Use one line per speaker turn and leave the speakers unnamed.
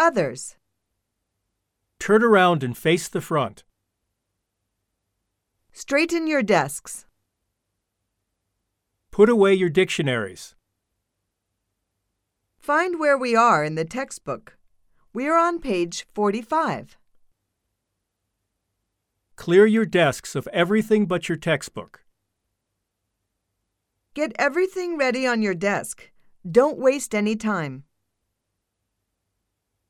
Others.
Turn around and face the front.
Straighten your desks.
Put away your dictionaries.
Find where we are in the textbook. We are on page 45.
Clear your desks of everything but your textbook.
Get everything ready on your desk. Don't waste any time.